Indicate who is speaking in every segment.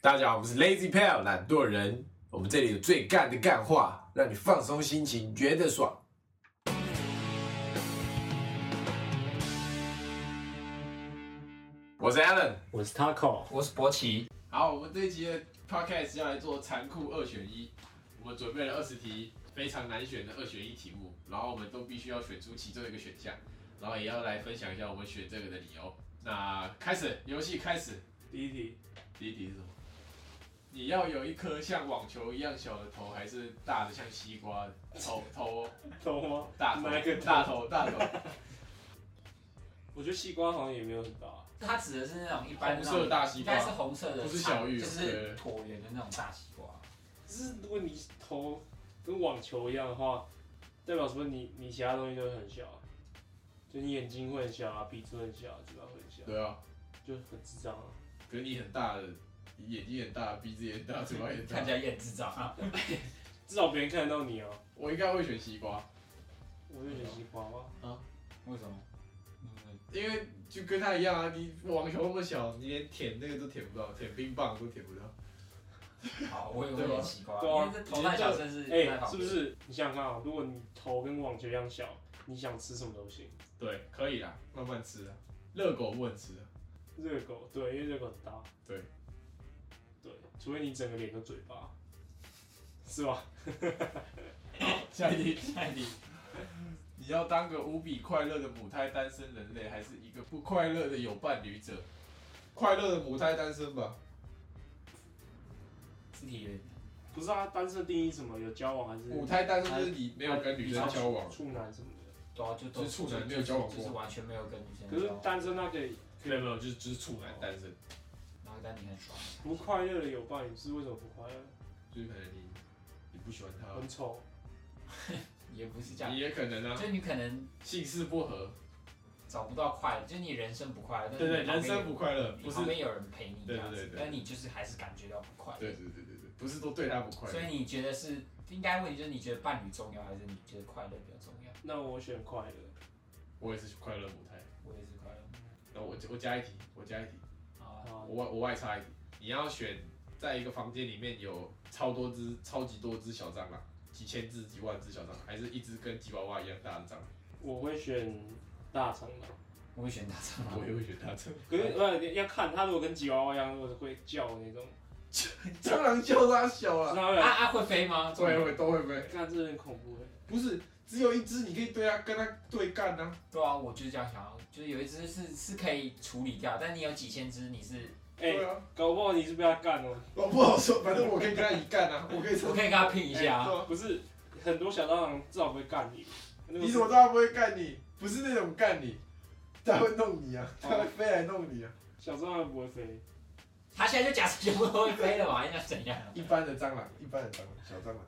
Speaker 1: 大家好，我们是 Lazy Pal 懒惰人，我们这里有最干的干话，让你放松心情，觉得爽。我是 Alan，
Speaker 2: 我是 Taco，
Speaker 3: 我是博奇，
Speaker 1: 好，我们这一集的 podcast 要来做残酷二选一，我们准备了二十题非常难选的二选一题目，然后我们都必须要选出其中一个选项，然后也要来分享一下我们选这个的理由。那开始，游戏开始，
Speaker 2: 第一题，
Speaker 1: 第一题是什么？你要有一颗像网球一样小的头，还是大的像西瓜的头头哦？
Speaker 2: 懂吗？
Speaker 1: 大头
Speaker 2: 哪一个，
Speaker 1: 大？头，大头，
Speaker 2: 我觉得西瓜好像也没有很大，
Speaker 3: 它指的是那种一般
Speaker 1: 红
Speaker 3: 那
Speaker 1: 色
Speaker 3: 种，
Speaker 1: 大西
Speaker 3: 应
Speaker 1: 瓜
Speaker 3: 该。是红色的，
Speaker 1: 不是小玉
Speaker 3: 就是椭圆的那种大西瓜。
Speaker 2: 就是如果你头跟网球一样的话，代表说你你其他东西都会很小啊，就你眼睛会很小啊，鼻子会很小啊，嘴巴会很小，
Speaker 1: 对啊，
Speaker 2: 就很智障啊。
Speaker 1: 可是你很大的，你眼睛很大，鼻子也很大，嘴巴也很大
Speaker 3: 看起。来也很智障啊！
Speaker 2: 至少别人看得到你啊。
Speaker 1: 我应该会选西瓜，
Speaker 2: 我就觉得西啊瓜吧，
Speaker 3: 为什么？嗯
Speaker 1: 因为就跟他一样啊，你网球那么小，你连舔那个都舔不到，舔冰棒都舔不到。
Speaker 3: 好，我也会
Speaker 1: 对吧
Speaker 3: 有西瓜，
Speaker 2: 对啊
Speaker 3: 因为这头太小，真是
Speaker 2: 哎、
Speaker 3: 嗯太好
Speaker 2: 是不？是？你想想看啊，如果你头跟网球一样小，你想吃什么都行。
Speaker 1: 对，可以啦，慢慢吃啊。热狗不能吃啊，
Speaker 2: 热狗，对，因为热狗很大。
Speaker 1: 对，
Speaker 2: 对，除非你整个脸跟嘴巴，是吧？
Speaker 1: 下一题，
Speaker 3: 下一题，
Speaker 1: 你要当个无比快乐的母胎单身人类，还是一个不快乐的有伴侣者？快乐的母胎单身吧。
Speaker 3: 这题有点难
Speaker 2: 不是啊，单身的定义是什么？有交往还是
Speaker 1: 母胎单身就是你没有跟女生交往，
Speaker 2: 处男什么的？
Speaker 3: 对啊，就都
Speaker 1: 就是处男没有交往过
Speaker 3: 就是完全没有跟女生
Speaker 2: 可是
Speaker 3: 交往，
Speaker 2: 单身那可以
Speaker 1: 没有没有，就是就是处男单身，
Speaker 3: 然后但你很爽，
Speaker 2: 不快乐的有伴侣是为什么不快乐？
Speaker 1: 就是可能你你不喜欢
Speaker 2: 很
Speaker 1: 他，
Speaker 2: 丑，
Speaker 3: 也不是这样
Speaker 1: 你，也可能啊
Speaker 3: 就你可能
Speaker 1: 性事不合，
Speaker 3: 找不到快乐，就你人生不快乐，但
Speaker 1: 对
Speaker 3: 是
Speaker 1: 对，
Speaker 3: 你旁
Speaker 1: 人
Speaker 3: 边有
Speaker 1: 生不快乐，
Speaker 3: 你
Speaker 1: 不是
Speaker 3: 旁边有人陪你这样
Speaker 1: 对
Speaker 3: 子
Speaker 1: 对对，对
Speaker 3: 但你就是还是感觉到不快乐。
Speaker 1: 对对对对对，不是都对他不快
Speaker 3: 所以
Speaker 1: 乐，
Speaker 3: 你觉得是应该问题就是你觉得伴侣重要还是你觉得快乐比较重要？
Speaker 2: 那我选快乐。
Speaker 1: 我也是快乐母胎。
Speaker 3: 我也是快乐。
Speaker 1: 然后我我加一题，我加一题，
Speaker 3: 好啊，
Speaker 2: 好
Speaker 1: 我，外我外插一题，你要选在一个房间里面有超多只、超级多只小蟑螂，几千只、几万只小蟑螂，还是一只跟吉娃娃一样大的蟑螂？
Speaker 2: 我会选大肠的。
Speaker 3: 我会选大蟑
Speaker 1: 我
Speaker 3: 螂。
Speaker 1: 也会选大蟑
Speaker 2: 可是呃，要看他如果跟吉娃娃一样，或者会叫那种，
Speaker 1: 螂， 蟑螂就它小了，
Speaker 2: 是他会
Speaker 3: 啊啊，会飞吗？
Speaker 1: 会会都会不会？
Speaker 2: 看这很恐怖欸。
Speaker 1: 不是，只有一只，你可以对它跟它对干啊。
Speaker 3: 对啊，我就是这样想要，就是有一只是是可以处理掉，但你有几千只，你是
Speaker 2: 哎、
Speaker 1: 对啊，
Speaker 2: 搞不好你是被他干哦。
Speaker 1: 我不好说，反正我可以跟它一干啊，我可以
Speaker 3: 我 可以跟它拼一下啊。
Speaker 1: 哎对啊
Speaker 2: 不是，很多小蟑螂至少不会干你。那个
Speaker 1: 你怎么知道它不会干你？不是那种干你，它会弄你啊，它会飞来弄你啊。
Speaker 2: 小蟑螂不会飞？
Speaker 3: 它现在就假设全部都会飞了嘛，应该 怎样？
Speaker 1: 一般的蟑螂，一般的蟑螂，小蟑螂，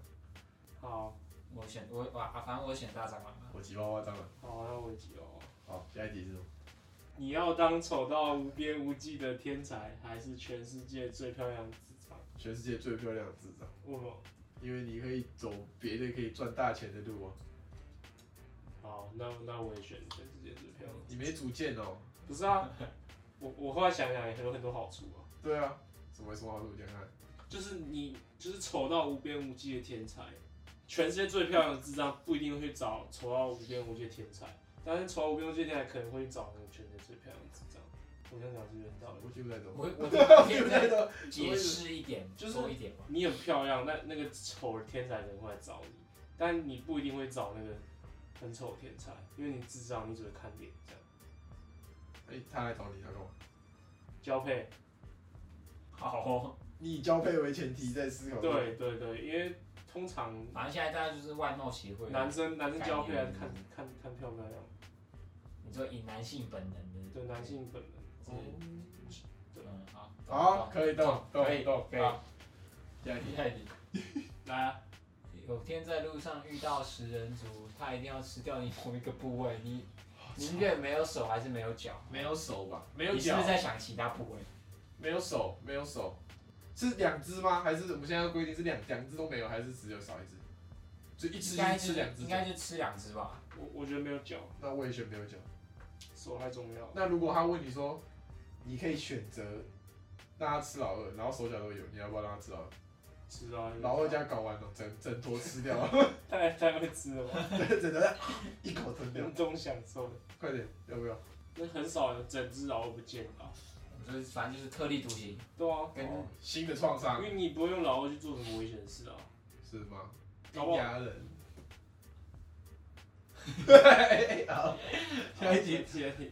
Speaker 2: 好，
Speaker 3: 我选我我啊，反正我选大蟑螂啊。
Speaker 1: 我吉娃娃蟑螂。
Speaker 2: 好，那我吉娃娃。
Speaker 1: 好，下一题是什么？
Speaker 2: 你要当丑到无边无际的天才，还是全世界最漂亮的智障？
Speaker 1: 全世界最漂亮的智障，
Speaker 2: 我吗？
Speaker 1: 因为你可以走别的可以赚大钱的路啊。
Speaker 2: 好，那那我也选全世界最漂亮的。
Speaker 1: 你没主见哦。
Speaker 2: 不是啊，我我后来想想，也有很多好处啊，
Speaker 1: 对啊，什么什么好处？你想看？
Speaker 2: 就是你就是丑到无边无际的天才，全世界最漂亮的智障不一定会去找丑到无边无际的天才，但是丑到无边无际的天才可能会去找那个全世界最漂亮的智障。我想讲是不是很道理？
Speaker 1: 我听不太懂。
Speaker 3: 我我
Speaker 1: 我
Speaker 3: 我可
Speaker 1: 听
Speaker 3: 以
Speaker 1: 不太
Speaker 3: 再
Speaker 1: 懂。
Speaker 3: 解释一点，
Speaker 2: 就是
Speaker 3: 多一点嘛。
Speaker 2: 你很漂亮，但那个丑的天才可能会来找你，但你不一定会找那个很丑的天才，因为你智障，你只会看脸这样。
Speaker 1: 哎、他来找你，他干嘛？
Speaker 2: 交配，
Speaker 3: 好哦，
Speaker 1: 你以交配为前提在思考。，
Speaker 2: 对对对，因为通常
Speaker 3: 反正现在大家就是外貌协会，
Speaker 2: 男生男生交配还是
Speaker 1: 嗯
Speaker 2: 看
Speaker 3: 概念
Speaker 2: 看看漂不漂亮，
Speaker 3: 你说以男性本能的
Speaker 2: 对男性哦本能。
Speaker 3: 是嗯好，
Speaker 1: 哦好
Speaker 3: 懂
Speaker 1: 可以动
Speaker 3: 懂可以
Speaker 1: 动
Speaker 3: 可以
Speaker 1: 好下一题。
Speaker 3: 厉害你。
Speaker 2: 来啊，
Speaker 3: 有天在路上遇到食人族，他一定要吃掉你某一个部位，你宁愿没有手还是没有脚？
Speaker 1: 没有手吧？没
Speaker 3: 你是不是在想其他部位？
Speaker 1: 没有手，没有手，是两只吗？还是我们现在要规定是两两只都没有，还是只有少一只？就一只
Speaker 3: 应
Speaker 1: 就
Speaker 3: 该
Speaker 1: 是
Speaker 3: 就
Speaker 1: 吃两只
Speaker 3: 应。该就吃两只吧。
Speaker 2: 我我觉得没有脚，
Speaker 1: 那我也选没有脚。
Speaker 2: 手太重要了。
Speaker 1: 那如果他问你说，你可以选择让他吃老二，然后手脚都有，你要不要让他吃老二？
Speaker 2: 吃啊，
Speaker 1: 老二家搞完了，整整坨吃掉，
Speaker 2: 太太会吃了吧，
Speaker 1: 对整坨一口吞掉，
Speaker 2: 人中享受。
Speaker 1: 快点，要不要？
Speaker 2: 那很少有整只老二不见了啊，
Speaker 3: 就是反正就是特立独行，
Speaker 2: 对啊，
Speaker 3: 跟
Speaker 1: 哦新的创
Speaker 2: 因
Speaker 1: 伤
Speaker 2: 为你不会用老二去做什么危险的事啊。
Speaker 1: 是吗？
Speaker 2: 搞不
Speaker 1: 丁
Speaker 2: 好
Speaker 1: 牙人。嘿 好，下一题，
Speaker 2: 下一题，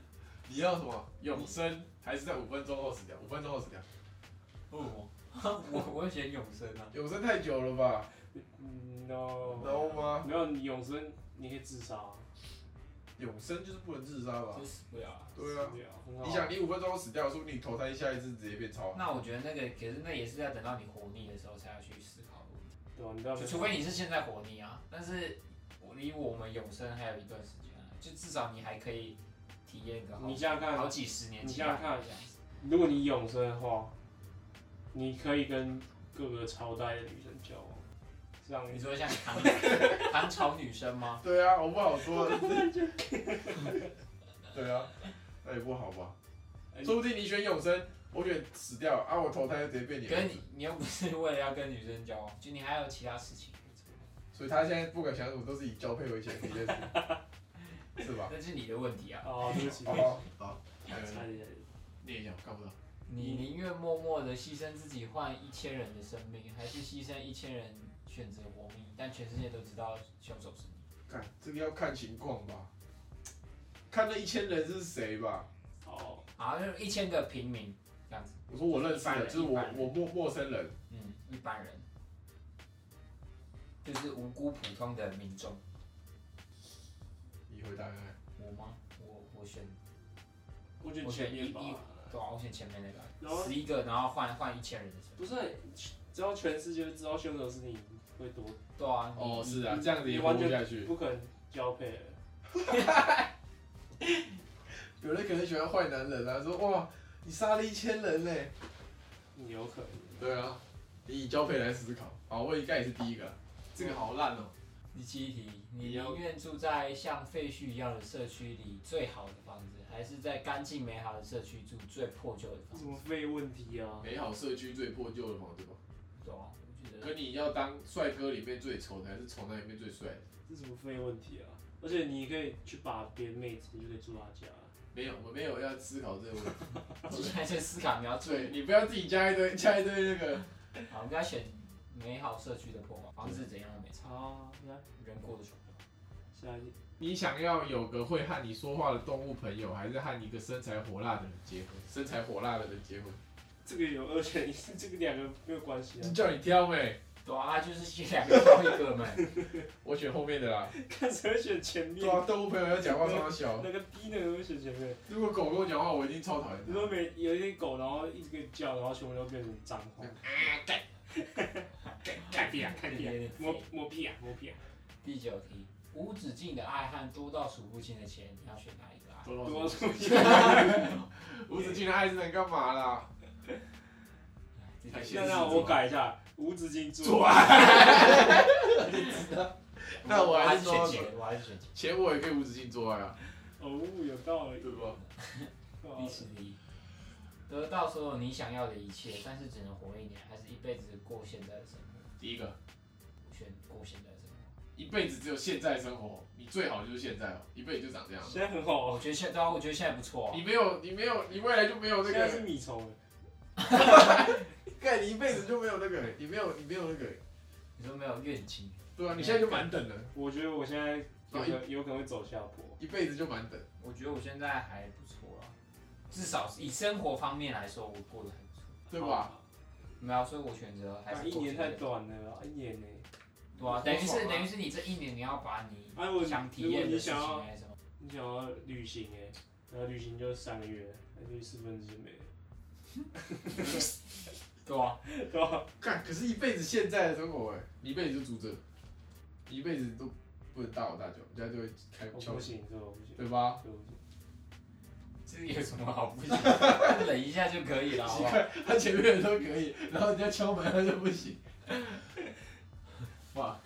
Speaker 1: 你要什么？永生还是在五分钟后死掉？五分钟后死掉？
Speaker 3: 哦， 我我会选永生啊，
Speaker 1: 永生太久了吧
Speaker 2: 嗯，no，
Speaker 1: ？No 吗？
Speaker 2: 没有你永生，你可以自杀啊，
Speaker 1: 永生就是不能自杀吧
Speaker 3: 就？死不了啊。
Speaker 1: 对啊，
Speaker 2: 对啊，很好啊。
Speaker 1: 你想你五分钟后死掉，说不定你投胎下一次直接变超。
Speaker 3: 那我觉得那个，可是那也是要等到你活腻的时候才要去思考的问题
Speaker 2: 对啊，你到
Speaker 3: 就除非你是现在活腻啊，但是我离我们永生还有一段时间啊，就至少你还可以体验个好
Speaker 2: 你想想看
Speaker 3: 好几十年、
Speaker 2: 你
Speaker 3: 几
Speaker 2: 想想
Speaker 3: 百
Speaker 2: 看
Speaker 3: 年这样子。
Speaker 2: 如果你永生的话，你可以跟各个朝代的女生交往，这样
Speaker 3: 你
Speaker 2: 你
Speaker 3: 说像唐 唐朝女生吗？
Speaker 1: 对啊，我不好 说。对啊，那也不好吧？
Speaker 2: 哎
Speaker 1: 说不定你选永生，我选死掉啊，我投胎就直接变你儿
Speaker 3: 跟
Speaker 1: 子
Speaker 3: 你你又不是为了要跟女生交往，就你还有其他事情可以做。
Speaker 1: 所以他现在不管想什么，都是以交配为前提的 事，是吧？
Speaker 3: 那是你的问题啊，
Speaker 2: 哦，对不起，
Speaker 1: 哦，好，
Speaker 2: 差点
Speaker 1: 念一下，我看不到。
Speaker 3: 你宁愿默默的牺牲自己换一千人的生命，还是牺牲一千人选择活命，但全世界都知道凶手是你？
Speaker 1: 看这个要看情况吧，看那一千人是谁吧。
Speaker 2: 哦，
Speaker 3: 好，就是一千个平民这样子，
Speaker 1: 我说我认识
Speaker 3: 一般
Speaker 1: 的，
Speaker 3: 人
Speaker 1: 就是我
Speaker 3: 一般人
Speaker 1: 我陌陌生人，
Speaker 3: 嗯，一般人，就是无辜普通的民众。
Speaker 1: 你回答看看。
Speaker 3: 我吗？我我选
Speaker 2: 我觉得
Speaker 3: 我选
Speaker 2: 前面
Speaker 3: 一
Speaker 2: 吧，
Speaker 3: 一对啊，我选前面那
Speaker 2: 然
Speaker 3: 个
Speaker 2: 后
Speaker 3: 十一个，然后换换一千人的生命。
Speaker 2: 不是，只要全世界都知道凶手是你，会多
Speaker 3: 对啊，你
Speaker 1: 哦，是啊，
Speaker 2: 啊
Speaker 1: 这样子也
Speaker 2: 也
Speaker 1: 活
Speaker 2: 活
Speaker 1: 不
Speaker 2: 不
Speaker 1: 下
Speaker 2: 下
Speaker 1: 去。
Speaker 2: 不可能交配了。
Speaker 1: 有人可能喜欢坏男人啊，说哇，你杀了一千人嘞、
Speaker 2: 你有可能，
Speaker 1: 对啊，你以交配来思考。好，我应该也是第一个。啊这个好烂哦、
Speaker 3: 第七题，你
Speaker 1: 你要
Speaker 3: 宁愿住在像废墟一样的社区里最好的房子，还是在干净美好的社区住最破旧的房
Speaker 2: 什
Speaker 3: 子？
Speaker 2: 么废问题啊？
Speaker 1: 美好社区最破旧的房子吧。
Speaker 3: 对啊，我觉得
Speaker 1: 可你要当帅哥里面最丑的，还是丑男里面最帅的？
Speaker 2: 这什么废问题啊？而且你可以去把别的妹子，你就可以住她家。
Speaker 1: 没有，我没有要思考这个问题。
Speaker 3: 我现在在思考你要住。
Speaker 1: 对你不要自己加一堆 加一堆那个。
Speaker 3: 好，我们该选美好社区的破房，房子怎样都没差，
Speaker 2: 啊，来
Speaker 3: 人过得爽就好。
Speaker 2: 下一题，
Speaker 1: 你想要有个会和你说话的动物朋友，还是和一个身材火辣的人结婚？身材火辣的人结婚，
Speaker 2: 这个有二选一，这个两个没有关系啊
Speaker 1: 就。叫你挑呗、
Speaker 3: 对啊，就是选两个 挑一个嘛。
Speaker 1: 我选后面的啦。
Speaker 2: 看谁会选前面
Speaker 1: 对？啊，动物朋友要讲话超小。
Speaker 2: 那个低那个会选前面。
Speaker 1: 如果狗跟我讲话，我一定超讨厌
Speaker 2: 你说每有一些狗，然后一直跟你叫，然后全部都变成脏话。干屁啊！干屁啊！摸摸屁啊！摸屁啊！
Speaker 3: 第九题，无止境的爱和多到数不清的钱，你要选哪一个啊？
Speaker 1: 它。
Speaker 2: 多出去。
Speaker 1: 无止境的爱是能干嘛啦？
Speaker 3: 这题
Speaker 1: 那
Speaker 2: 那那我改一下，无止境做爱。
Speaker 1: 爱。那
Speaker 3: 我
Speaker 1: 我还
Speaker 3: 还
Speaker 1: 是
Speaker 3: 选
Speaker 1: 说
Speaker 3: 钱，我还是选钱。
Speaker 1: 钱我也可以无止境做爱啊，
Speaker 2: 哦，有道理
Speaker 1: 对。吧？
Speaker 3: 第十一，得到所有你想要的一切，但是只能活一年，还是一辈子过现在的生活？
Speaker 1: 第一个，
Speaker 3: 我选过现在的生活。
Speaker 1: 一辈子只有现在生活，你最好就是现在哦，一辈子就长这样。
Speaker 2: 现在很好
Speaker 3: 我
Speaker 2: 哦，
Speaker 3: 觉得现在，对啊，我觉得现在不错、啊
Speaker 1: 你。没有，你没有，你未来就没有那
Speaker 2: 现在是
Speaker 1: 个，
Speaker 2: 米虫了。
Speaker 1: 干你一辈子就没有那个，你没有，你没有那个，
Speaker 3: 你说没有愿景，
Speaker 1: 对啊，你现在就满等了，
Speaker 2: 我觉得我现在有可有可能会走下坡。
Speaker 1: 一辈子就满等。
Speaker 3: 我觉得我现在还不错啊，至少是以生活方面来说，我过得还不错。
Speaker 1: 对吧？
Speaker 3: 没有啊，所以我选择还
Speaker 2: 啊，
Speaker 3: 是
Speaker 2: 一
Speaker 3: 过
Speaker 2: 年
Speaker 3: 现在
Speaker 2: 太
Speaker 3: 的
Speaker 2: 短了吧，一年呢。
Speaker 3: 对啊，等于
Speaker 1: 多
Speaker 3: 是
Speaker 1: 爽啊
Speaker 3: 等于是你这一年你要把你
Speaker 2: 哎，我
Speaker 3: 想体
Speaker 2: 如果
Speaker 3: 验的
Speaker 2: 你
Speaker 3: 事情
Speaker 2: 想要
Speaker 3: 还是什么，
Speaker 2: 你想要旅行哎，然后旅行就三个月，那就四分之一没了，
Speaker 3: 对啊，
Speaker 2: 对 吧？
Speaker 1: 干，可是一辈子现在的生活哎、你一辈子就住这，你一辈子都不能大我大脚，人家就会开
Speaker 2: 我
Speaker 1: 窍
Speaker 2: 不，行，这我不行，
Speaker 1: 对吧？
Speaker 2: 这我不行。
Speaker 3: 这有什么好不 行？忍一下就可以了，好
Speaker 1: 奇
Speaker 3: 不好？
Speaker 1: 怪，他前面的都可以，然后人家敲门他就不行。哇，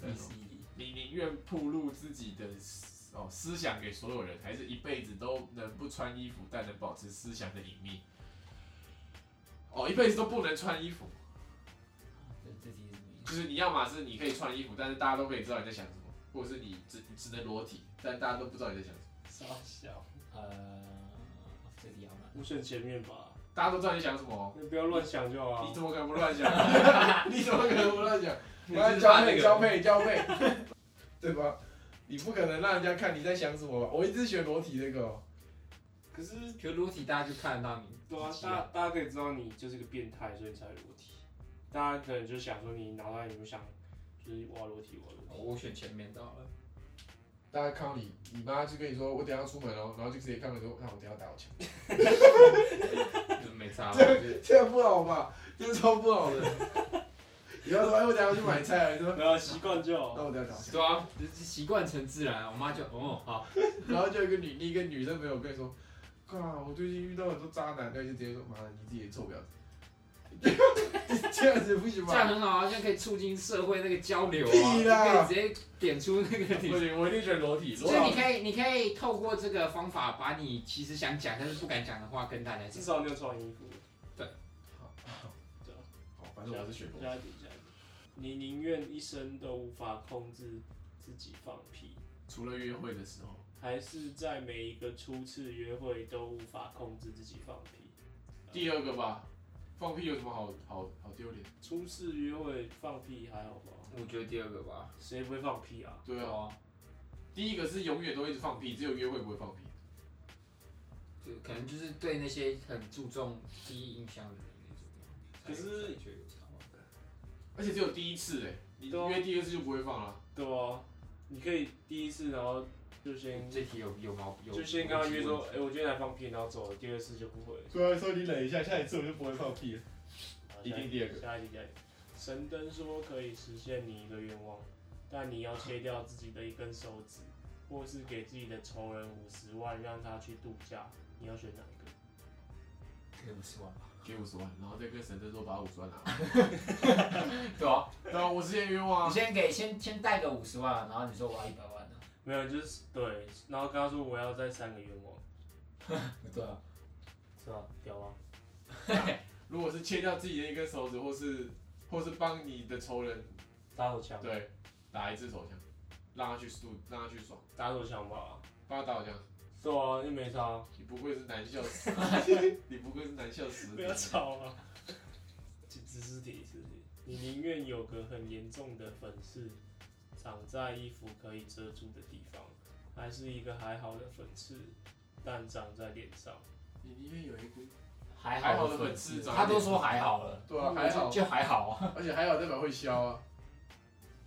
Speaker 3: 第十一题，
Speaker 1: 你宁愿暴露自己的思哦思想给所有人，还是一辈子都能不穿衣服，但能保持思想的隐秘？哦，一辈子都不能穿衣服，
Speaker 3: 这这题是什么意思？
Speaker 1: 就是你要嘛是你可以穿衣服，但是大家都可以知道你在想什么，或者是你只只能裸体，但大家都不知道你在想什么，
Speaker 2: 傻小，
Speaker 3: 呃，这题好难。
Speaker 2: 我选前面吧，
Speaker 1: 大家都知道你在想什么哦。
Speaker 2: 你不要乱想就好
Speaker 1: 你
Speaker 2: 啊。
Speaker 1: 怎么可能不 乱想？你怎么可能不乱想？我要
Speaker 2: 你
Speaker 1: 交
Speaker 2: 那
Speaker 1: 配
Speaker 2: 个
Speaker 1: 交配交配， 对吧？你不可能让人家看你在想什么吧？我一直选裸体这个哦、
Speaker 2: 可是
Speaker 3: 可是裸体大家就看得到你，
Speaker 2: 对啊，大家大家可以知道你就是个变态，所以你才会裸体。大家可能就想说你脑袋里面想就是哇裸体，哇裸体。
Speaker 3: 哦 我选前面到了。
Speaker 1: 大家看到你，你妈就跟你说我等一下要出门哦，然后就直接看我说，看我等一下打我枪，
Speaker 3: 没差，
Speaker 1: 这样不好吧？这样超不好的。你要说哎，我等一下要去买菜了，你说
Speaker 2: 没有啊习惯就
Speaker 1: 那
Speaker 2: 好。
Speaker 1: 我等一下打我枪，
Speaker 3: 对啊，习惯成自然。我妈就哦好，
Speaker 1: 然后就有一个女一个女生朋友跟你说，靠，我最近遇到很多渣男，那你就直接说妈的，你自己也臭婊子， 这样子不行
Speaker 3: 这
Speaker 1: 吧
Speaker 3: 样？很好啊，这样可以促进社会那个交流啊，
Speaker 1: 屁啦
Speaker 3: 你可以直接点出那个
Speaker 1: 不
Speaker 3: 点。
Speaker 1: 行，我一定选裸体。
Speaker 3: 所以你可以，你可以透过这个方法，把你其实想讲但是不敢讲的话跟大家
Speaker 2: 至
Speaker 3: 讲。
Speaker 2: 少你有穿衣服，
Speaker 1: 好，反正我是选裸体。
Speaker 2: 加一点加一点。你宁愿一生都无法控制自己放屁，
Speaker 1: 除了约会的时候，
Speaker 2: 还是在每一个初次约会都无法控制自己放屁？
Speaker 1: 第二个吧，放屁有什么好好好丢脸？
Speaker 2: 初次约会放屁还好吧？
Speaker 3: 我觉得第二个吧。
Speaker 2: 谁不会放屁啊？
Speaker 1: 对啊，，第一个是永远都一直放屁，只有约会不会放屁。
Speaker 3: 就可能就是对那些很注重第一印象的人那种。
Speaker 2: 可是
Speaker 3: 才觉得有差吧
Speaker 1: 而且只有第一次哎、你
Speaker 2: 对啊
Speaker 1: 约第二次就不会放了。
Speaker 2: 对啊，你可以第一次然后就先
Speaker 3: 这题有有毛有
Speaker 2: 就先跟他约说，
Speaker 3: 有
Speaker 2: 哎、我今天来放屁，然后走了。第二次就不会了。
Speaker 1: 对啊，说你忍一下，下一次我就不会放屁了。一定第二个
Speaker 2: 下一题，下一题。神灯说可以实现你一个愿望，但你要切掉自己的一根手指，或是给自己的仇人五十万让他去度假，你要选哪一个？
Speaker 3: 可以五十万吧？
Speaker 1: 给五十万，然后再跟神灯说把五十万拿来。
Speaker 3: 对啊，
Speaker 1: 对啊，我之前冤枉
Speaker 3: 你
Speaker 1: 啊。
Speaker 3: 先给先先贷个五十万，然后你说我要一百万啊呢？
Speaker 2: 没有，就是对，然后跟他说我要再三个愿望，
Speaker 3: 对啊，
Speaker 2: 是吧？屌啊！
Speaker 1: 如果是切掉自己的一根手指，或是或是帮你的仇人
Speaker 2: 打手枪，
Speaker 1: 对打一次手枪，让他去度，让他去爽，
Speaker 2: 打手枪吧。
Speaker 1: 帮他打手枪。
Speaker 2: 对啊，又没差，
Speaker 1: 你不愧是男校 死，你不愧是男校死。
Speaker 2: 不要吵啊！只只是题，只是题。你宁愿有个很严重的粉刺长在衣服可以遮住的地方，还是一个还好的粉刺但长在脸上？
Speaker 1: 你宁愿有一根，
Speaker 3: 还
Speaker 1: 还好
Speaker 3: 好
Speaker 1: 的粉丝
Speaker 3: 丝，
Speaker 1: 长
Speaker 3: 他都说还好了，
Speaker 1: 对啊，还好，
Speaker 3: 就还好啊。
Speaker 1: 而且还好代表会消啊，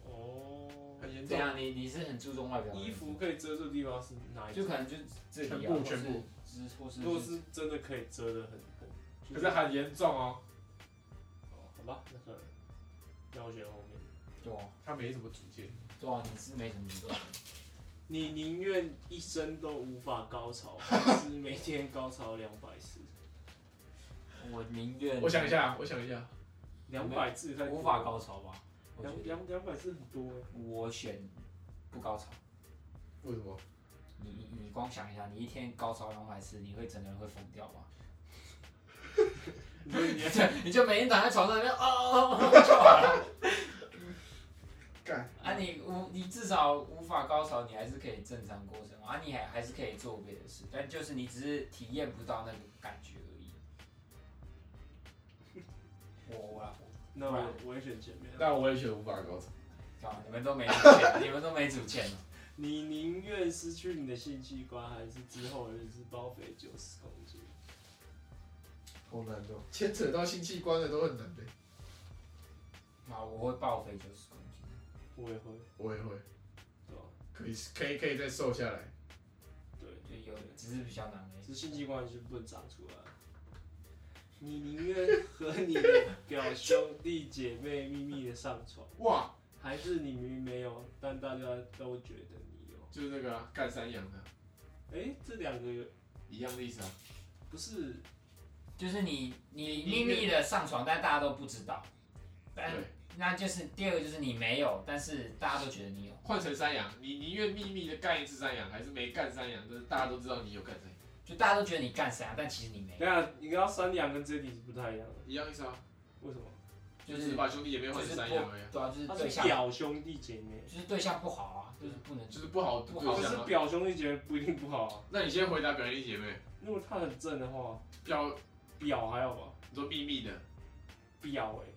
Speaker 2: 哦，
Speaker 1: 很严
Speaker 3: 这
Speaker 1: 重。
Speaker 3: 样你你是很注重外表的，
Speaker 2: 衣服可以遮住的地方是哪一
Speaker 3: 就
Speaker 2: 种？
Speaker 3: 可能就这里
Speaker 1: 全
Speaker 3: 啊
Speaker 1: 部，
Speaker 3: 或是
Speaker 1: 全部
Speaker 3: 是或是
Speaker 2: 如果是真的可以遮的很很，
Speaker 1: 可是很严重哦，
Speaker 2: 哦，好吧，那算了，那我选后面。
Speaker 3: 对啊
Speaker 1: 他没什么主见。
Speaker 3: 对啊，你是没什么主见。
Speaker 2: 你宁愿一生都无法高潮， 还是每天高潮两百次？
Speaker 3: 我宁愿
Speaker 1: 我想一，下，我想一下，
Speaker 2: 两百次太多
Speaker 3: 无法，高潮吧？我觉
Speaker 2: 两
Speaker 3: 得
Speaker 2: 两两百次很多 欸
Speaker 3: 我选不高潮。
Speaker 1: 为什么？
Speaker 3: 你你你光想一下，你一天高潮两百次，你会整个人会疯掉吗？
Speaker 2: 你说你要
Speaker 3: 你就每天躺在床上那边哦哦哦
Speaker 1: 干，
Speaker 3: 啊，你无你至少无法高潮，你还是可以正常过程啊，你还还是可以做别的事，但就是你只是体验不到那个感觉而已。我我啦，我
Speaker 2: 那我我也选前面。啊
Speaker 1: 那我也选无法高潮。
Speaker 3: 干嘛？你们都没主 见，你们都没主见哦
Speaker 2: 你宁愿失去你的性器官，还是之后的日子报废九十公斤？
Speaker 1: 好难哦，牵扯到性器官的都很难的。
Speaker 3: 那啊我会报废九十公斤，
Speaker 2: 我也会，
Speaker 1: 我也会，
Speaker 2: 对啊吧？
Speaker 1: 可以可以可以再瘦下来。
Speaker 2: 对，
Speaker 3: 就有只是比较难而
Speaker 2: 只是
Speaker 3: 已。
Speaker 2: 性器官就不能长出来。你宁愿和你的表兄弟姐妹秘密的上床，
Speaker 1: 哇，
Speaker 2: 还是你明明没有，但大家都觉得你有？
Speaker 1: 就是那个啊干山羊的，
Speaker 2: 哎、这两个有
Speaker 1: 一样的意思啊。
Speaker 2: 不是
Speaker 3: 就是你你秘密的上床，但大家都不知道，但
Speaker 1: 对，
Speaker 3: 那就是第二个就是你没有，但是大家都觉得你有。
Speaker 1: 换成山羊，你宁愿秘密的干一次山羊，还是没干山羊，但是大家都知道你有干山羊？
Speaker 3: 就大家都觉得你干啥，但其实你没，
Speaker 2: 等一下你刚刚三两跟这里是不太一样的，
Speaker 1: 一样意思啊，
Speaker 2: 为什么？
Speaker 1: 就
Speaker 3: 就是
Speaker 1: 是把兄弟姐妹
Speaker 3: 就
Speaker 1: 换
Speaker 3: 是
Speaker 1: 成
Speaker 3: 不
Speaker 1: 三样而已啊，
Speaker 3: 对啊，就是
Speaker 2: 他
Speaker 3: 对
Speaker 2: 是
Speaker 3: 象，
Speaker 2: 表兄弟姐妹，
Speaker 3: 就是对象不好啊，就是不能
Speaker 1: 就是不好的
Speaker 3: 不好
Speaker 2: 可
Speaker 1: 对
Speaker 2: 是
Speaker 1: 象啊。
Speaker 2: 表兄弟姐妹不一定不好啊。
Speaker 1: 那你先回答表兄弟姐妹，
Speaker 2: 如果他很正的话，
Speaker 1: 表
Speaker 2: 表还有吧？
Speaker 1: 你说秘密的，
Speaker 2: 表哎、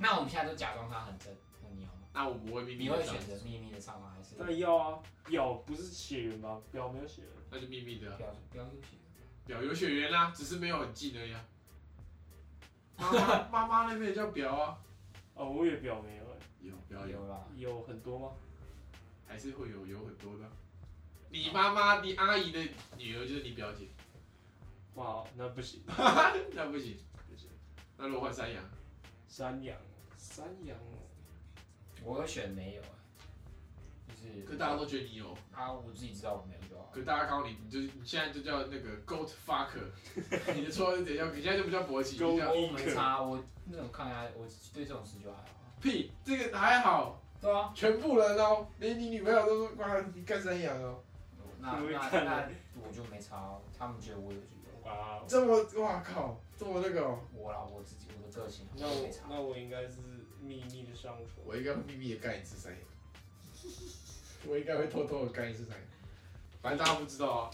Speaker 3: 那我们现在都假装他很真，那你要吗？
Speaker 1: 那我不会秘密
Speaker 3: 你
Speaker 1: 的
Speaker 3: 会
Speaker 1: 这
Speaker 3: 选
Speaker 1: 样，
Speaker 3: 择秘密的唱吗？还是
Speaker 2: 欸，但要啊，表不是血缘吧？表没有血缘，
Speaker 1: 那就秘密的啊。
Speaker 3: 表表优先？
Speaker 1: 表有血缘啊啦、只是没有很近而已啊。妈妈妈妈那边也叫表啊，
Speaker 2: 哦，我也表没有哎、
Speaker 1: 有表有，
Speaker 3: 有啦，
Speaker 2: 有很多吗？
Speaker 1: 还是会有有很多的啊。你妈妈、你阿姨的女儿就是你表姐，
Speaker 2: 哇，那不行，
Speaker 1: 那不行，不行。那如果换山羊，
Speaker 2: 山羊，山羊，
Speaker 3: 我会选没有啊，就是
Speaker 1: 可大家都觉得你有，
Speaker 3: 啊，我自己知道我没有啊就好。
Speaker 1: 可大家告诉你，你就是你现在就叫那个 goat fucker，你 的绰号是怎样？你现在就不叫勃起，
Speaker 2: Goat
Speaker 1: 你叫
Speaker 3: 哦我没差，啊我那种抗压，我对这种事就还好。啊
Speaker 1: 屁，这个还好，
Speaker 3: 对啊，
Speaker 1: 全部人哦，连你女朋友都说哇，你干山羊哦，
Speaker 3: 那
Speaker 2: 我会
Speaker 3: 那
Speaker 2: 看
Speaker 3: 那我就没差哦，他们觉得我有就有，
Speaker 2: 哇，
Speaker 1: 这么哇靠，这么那个哦。
Speaker 3: 我啦，我自己我的个性
Speaker 2: 那
Speaker 3: 我
Speaker 2: 我
Speaker 3: 没差。
Speaker 2: 那我应该是秘密的上床，
Speaker 1: 我应该会秘密的干一次三眼， 我应该会偷偷的干一次三眼，反正大家不知道啊。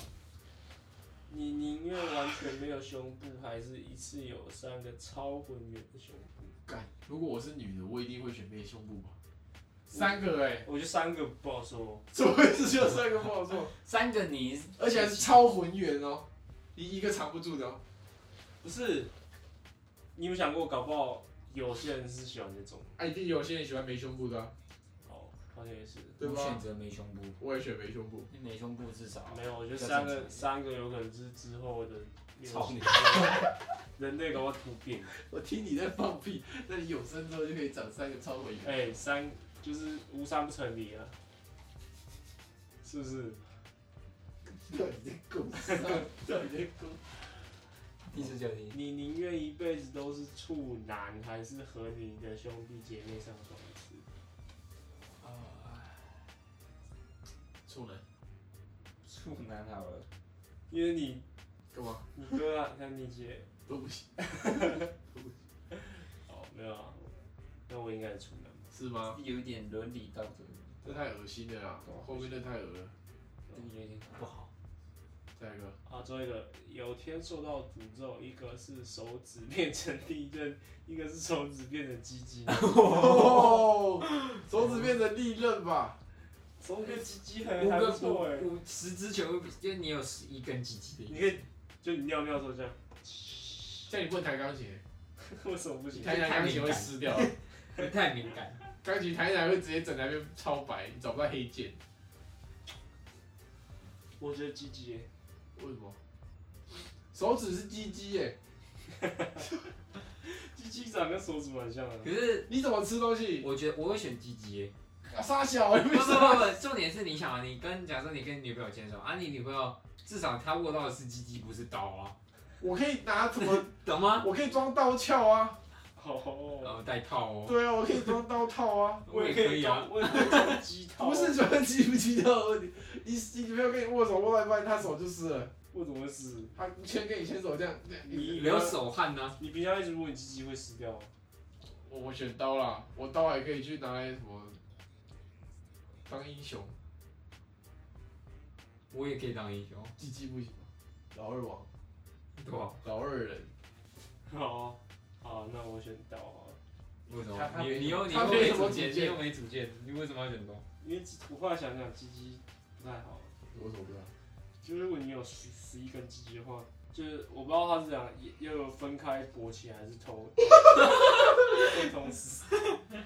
Speaker 2: 你宁愿完全没有胸部，还是一次有三个超浑圆的胸部？
Speaker 1: 干，如果我是女的，我一定会选没胸部吧。三个哎、
Speaker 2: 我觉得三个不好说，
Speaker 1: 怎么会只有三个不好做？
Speaker 3: 三个你，
Speaker 1: 而且还是超浑圆哦，你一个藏不住的哦。
Speaker 2: 不是，你有没有想过，搞不好有些人是喜欢这种，
Speaker 1: 啊，一定有些人喜欢没胸部的、啊，
Speaker 2: 哦，好像也是，
Speaker 1: 对
Speaker 3: 我选
Speaker 1: 吧？
Speaker 3: 择没胸部，
Speaker 1: 我也选没胸部。
Speaker 3: 因为没胸部至少
Speaker 2: 没有，我觉得
Speaker 3: 比较
Speaker 2: 三
Speaker 3: 正
Speaker 2: 个
Speaker 3: 常
Speaker 2: 三个有可能是之后的流
Speaker 3: 操
Speaker 2: 行，人类搞不好突变，
Speaker 1: 我听你在放屁，那你有生之后就可以长三个超浑圆。
Speaker 2: 哎、三就是无三不成礼啊，是不是？
Speaker 1: 到底在狗上？到底在狗？
Speaker 3: 第十九题，
Speaker 2: 你宁愿一辈子都是处男，还是和你的兄弟姐妹上床一次？
Speaker 1: 处男？
Speaker 3: 处男好了，
Speaker 2: 因为你
Speaker 1: 干嘛？
Speaker 2: 你哥啊，还有你姐，
Speaker 1: 都不行，
Speaker 2: 哦，没有啊，那我应该是处男吧。
Speaker 1: 是吗？
Speaker 3: 有一点伦理道德，
Speaker 1: 这太恶心了啦！后面那太恶了。
Speaker 3: 这个有点不好。
Speaker 1: 下一个，
Speaker 2: 啊，最后一个，有天受到诅咒，一个是手指变成地震，一个是手指变成鸡 鸡。
Speaker 1: 哦，手指变成利刃吧？
Speaker 2: 手指变鸡鸡
Speaker 3: 五
Speaker 2: 很还不
Speaker 3: 个
Speaker 2: 错哎、
Speaker 3: 五五十只全部比，就是你有十一根鸡 鸡的
Speaker 2: 你可以就你尿尿的时候这样，
Speaker 1: 像你不能弹钢琴，
Speaker 2: 为什么不
Speaker 1: 你
Speaker 2: 行？
Speaker 1: 弹一弹钢琴会撕掉，
Speaker 3: 意思，太敏感。
Speaker 1: 钢琴弹一弹会直接整台变超白，你找不到黑键。
Speaker 2: 我觉得鸡鸡、欸，
Speaker 1: 为什么？手指是鸡鸡耶，
Speaker 2: 鸡鸡长跟手指蛮像的。
Speaker 3: 可是
Speaker 1: 你怎么吃东西？
Speaker 3: 我觉得我会选鸡鸡耶。欸
Speaker 1: 啊傻小，你
Speaker 3: 不
Speaker 1: 为
Speaker 3: 是
Speaker 1: 什
Speaker 3: 不
Speaker 1: 么？
Speaker 3: 是不是，重点是你想啊，你跟假设你跟你女朋友牵手啊，你女朋友至少她握到的是鸡鸡，不是刀啊，
Speaker 1: 我可以拿什么？
Speaker 3: 懂吗？
Speaker 1: 我可以装刀鞘啊，
Speaker 2: 哦，
Speaker 3: 呃，带套哦，
Speaker 1: 对啊，我可以装刀套啊。
Speaker 2: 我也可以
Speaker 3: 啊
Speaker 2: 装，。我也可以装 鸡套。
Speaker 1: 不是，说鸡不鸡的问题，你你女朋友跟你握手握到一半，她手就湿了，
Speaker 2: 我怎么会死？
Speaker 1: 她先跟你牵手这样，这样
Speaker 2: 你
Speaker 3: 没有手汗啊呢、
Speaker 2: 你平常一直摸你鸡鸡会死掉吗？
Speaker 1: 我我选刀啦，我刀还可以去拿来什么当英雄，
Speaker 3: 我也可以当英雄，
Speaker 1: 鸡鸡不行吗？老二王，
Speaker 3: 对吧？
Speaker 1: 老二人，
Speaker 2: 好，啊好，那我选刀好了，
Speaker 3: 为什
Speaker 1: 他
Speaker 3: 么？
Speaker 1: 他
Speaker 3: 你
Speaker 1: 没
Speaker 3: 你又你
Speaker 1: 他
Speaker 3: 又
Speaker 1: 没
Speaker 3: 没
Speaker 1: 什么主
Speaker 3: 主见，
Speaker 1: 见
Speaker 3: 你又没主见，你为什么要选刀？
Speaker 2: 因为我后来想想，鸡鸡不太好。啊
Speaker 1: 我怎么不知道？
Speaker 2: 就是如果你有十十一根鸡鸡的话，就是我不知道他是讲要有分开勃起还是偷， 会同时，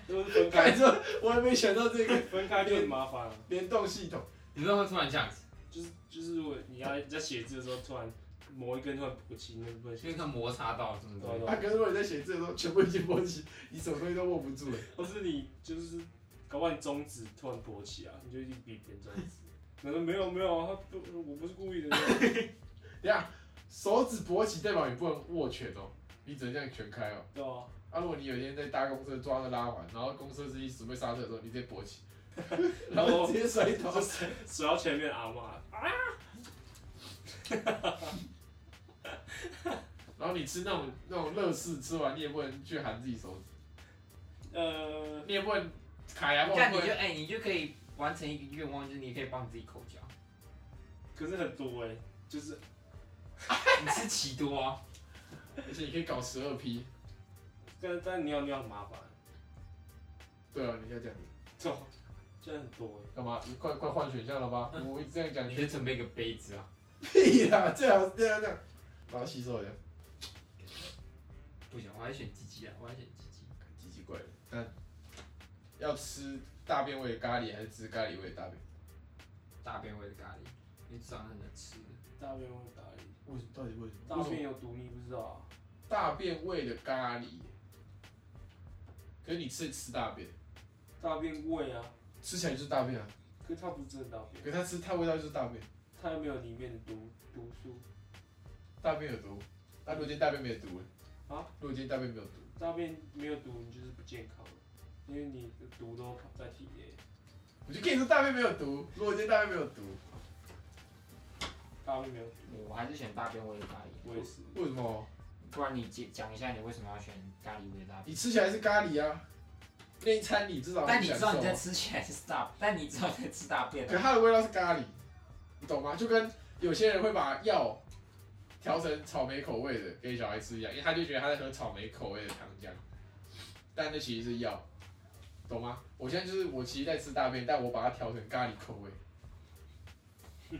Speaker 2: 如果是分
Speaker 1: 感
Speaker 2: 开
Speaker 1: 觉我还没想到这个
Speaker 2: 分开就很麻烦了、
Speaker 1: 联动系统，
Speaker 3: 你知道会突然这样子，
Speaker 2: 就是就是我你要你在写字的时候突然某一根突然勃起，那不会
Speaker 3: 因
Speaker 2: 写。
Speaker 3: 为它摩擦到什么
Speaker 2: 对
Speaker 3: 的，
Speaker 1: 啊，
Speaker 2: 对，
Speaker 1: 可是如果你在写字的时候，全部已经勃起，你什么东西都握不住了。
Speaker 2: 或是你就是搞不好你中指突然勃起啊，你就一定比别人中指。可能没有没有啊，他不我不是故意的。
Speaker 1: 等一下手指勃起代表你不能握拳哦，你只能这样全开哦。
Speaker 2: 对啊，
Speaker 1: 啊，如果你有一天在搭公车抓着拉环，然后公车司机准备刹车的时候，你直接勃起，然后直接摔倒
Speaker 2: 就。是走到前面阿妈啊，
Speaker 1: 然后你吃那种那种乐事，吃完你也不能去含自己手指，
Speaker 2: 呃，
Speaker 1: 你也不能卡牙
Speaker 3: 啊
Speaker 4: 但
Speaker 1: 棒
Speaker 4: 你就
Speaker 1: 棍。
Speaker 4: 哎、你就可以完成一个愿望，就是你可以帮自己口 交，
Speaker 2: 可是很多哎、就是
Speaker 4: 你吃奇多啊，
Speaker 1: 而且你可以搞十二批。
Speaker 2: 但但尿尿很麻烦，
Speaker 1: 对啊，你要这样
Speaker 2: 对，真的很多哎、
Speaker 1: 干嘛？你快快换选项了吧？我一直这样讲，
Speaker 4: 你就准备一个杯子啊，
Speaker 1: 屁啦，最好是这样这样，把它吸收掉。
Speaker 4: 不行，我还选鸡鸡啊，我还选鸡鸡，
Speaker 1: 奇奇怪的，但要吃大便味的咖喱还是吃咖喱味的大便？
Speaker 4: 大便味的咖喱，你早上很能吃的，
Speaker 2: 大便会打理，
Speaker 1: 为什么？到底为什么
Speaker 2: 大便有毒你不知道啊？
Speaker 1: 大便味的咖喱，可是你吃吃大便，
Speaker 2: 大便味啊，
Speaker 1: 吃起来就是大便啊。
Speaker 2: 可是它不是真的大便
Speaker 1: 可，是它吃它味道就是大便，
Speaker 2: 它又没有里面的毒毒素，
Speaker 1: 大便有毒。那如果今天大便没有毒欸
Speaker 2: 啊？
Speaker 1: 如果今天大便没有毒，
Speaker 2: 大便没有毒你就是不健康，因为你的毒都在体内。
Speaker 1: 我就跟你说大便没有毒。如果今天大便没有毒，
Speaker 2: 大便没有毒，
Speaker 3: 我还是选大便味的咖喱，
Speaker 2: 我也是。
Speaker 1: 为什么？
Speaker 3: 不然你讲讲一下你为什么要选咖喱味的大便？
Speaker 1: 你吃起来是咖喱啊，那一餐你至少
Speaker 3: 但
Speaker 1: 很
Speaker 3: 你
Speaker 1: 享
Speaker 3: 知
Speaker 1: 受啊。
Speaker 3: 道你在吃起来是大，但你知道你在吃大便
Speaker 1: 可，它的味道是咖喱，你懂吗？就跟有些人会把药调成草莓口味的给小孩吃一样，因为他就觉得他在喝草莓口味的糖浆，但那其实是药，懂吗？我现在就是我其实在吃大便，但我把它调成咖喱口味，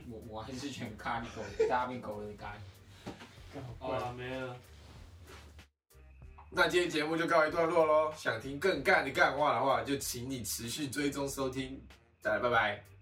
Speaker 3: 我我还是选咖喱狗大便狗味的咖喱。
Speaker 2: 好了，啊没了。
Speaker 5: 那今天节目就告一段落喽。想听更干的干话的话，就请你持续追踪收听。大家拜拜。